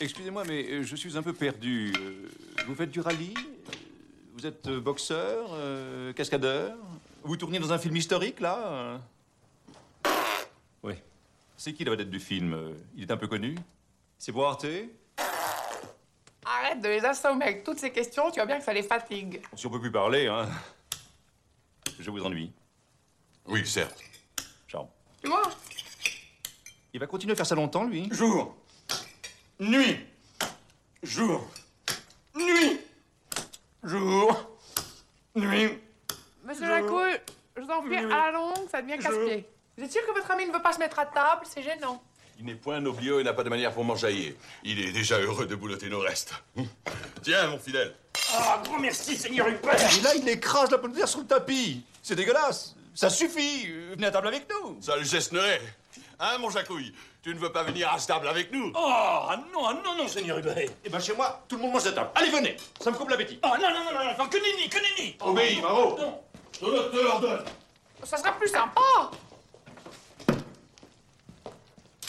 Excusez-moi, mais euh, je suis un peu perdu. Euh, Vous faites du rallye Euh, Vous êtes euh, boxeur euh, Cascadeur Vous tournez dans un film historique, là euh Oui. C'est qui la vedette du film Euh, Il est un peu connu C'est Boirté Arrête de les assommer avec toutes ces questions, tu vois bien que ça les fatigue. Si on peut plus parler, hein. Je vous ennuie. Oui, certes. Charles. Tu vois Il va continuer à faire ça longtemps, lui Jour. Nuit. Jour. Nuit. Jour. Nuit. Monsieur Je- Jacouille, je vous en prie, Oui. à la longue, ça devient casse-pied. Vous êtes sûr que votre ami ne veut pas se mettre à table C'est gênant. Il n'est point nobliau et n'a pas de manière pour m'enjailler. Il est déjà heureux de boulotter nos restes. Hum. Tiens, mon fidèle. Ah, grand merci, Seigneur Hubert. Et là, il écrase la pomme de terre sur le tapis C'est dégueulasse Ça suffit Euh, Venez à table avec nous Ça le gesterait. Hein, mon Jacouille Tu ne veux pas venir à ce table avec nous Ah, non, ah, non, non, Seigneur Hubert. Eh ben, chez moi, tout le monde mange à table. Allez, venez Ça me coupe l'appétit Ah, non, non, non, non, non, que nenni, que nenni. Obéis, Maro. Non. Je te l'ordonne. Ça sera plus sympa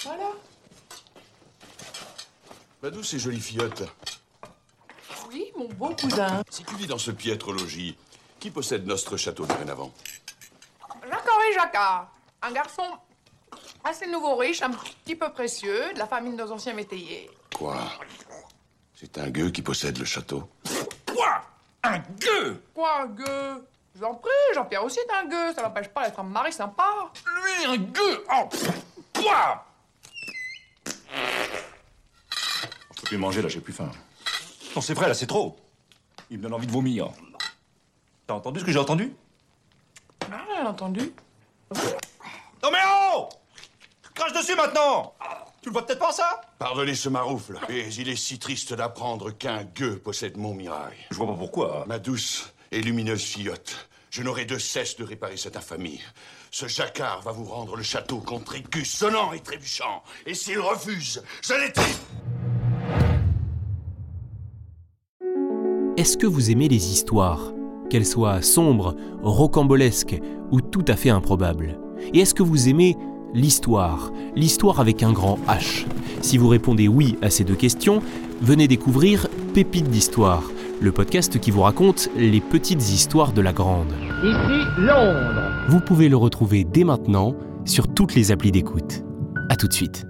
Voilà. Bah, d'où ces jolies fillettes Oui, mon beau cousin. Si tu vis dans ce piètre logis, qui possède notre château dorénavant Jacques-Henri Jacquard, un garçon assez nouveau riche, un petit peu précieux, de la famille de nos anciens métayers. Quoi C'est un gueux qui possède le château Quoi Un gueux Quoi, un gueux Je vous en prie, Jean-Pierre aussi est un gueux, ça l'empêche pas d'être un mari sympa. Lui, un gueux Oh, pff, quoi Je peux plus manger, là, j'ai plus faim. Non, c'est vrai, là, c'est trop Il me donne envie de vomir. T'as entendu ce que j'ai entendu Ah, bien entendu. Non, mais oh Crache dessus, maintenant Tu le vois peut-être pas, ça Pardonnez ce maroufle, mais il est si triste d'apprendre qu'un gueux possède mon mirail. Je vois pas pourquoi. Ma douce et lumineuse fillotte, je n'aurai de cesse de réparer cette infamie. Ce jacquard va vous rendre le château contre écus sonnant et trébuchant. Et s'il refuse, je l'étripe Est-ce que vous aimez les histoires Qu'elles soient sombres, rocambolesques ou tout à fait improbables Et est-ce que vous aimez l'histoire L'histoire avec un grand H Si vous répondez oui à ces deux questions, venez découvrir Pépites d'Histoire, le podcast qui vous raconte les petites histoires de la grande. Ici Londres. Vous pouvez le retrouver dès maintenant sur toutes les applis d'écoute. A tout de suite.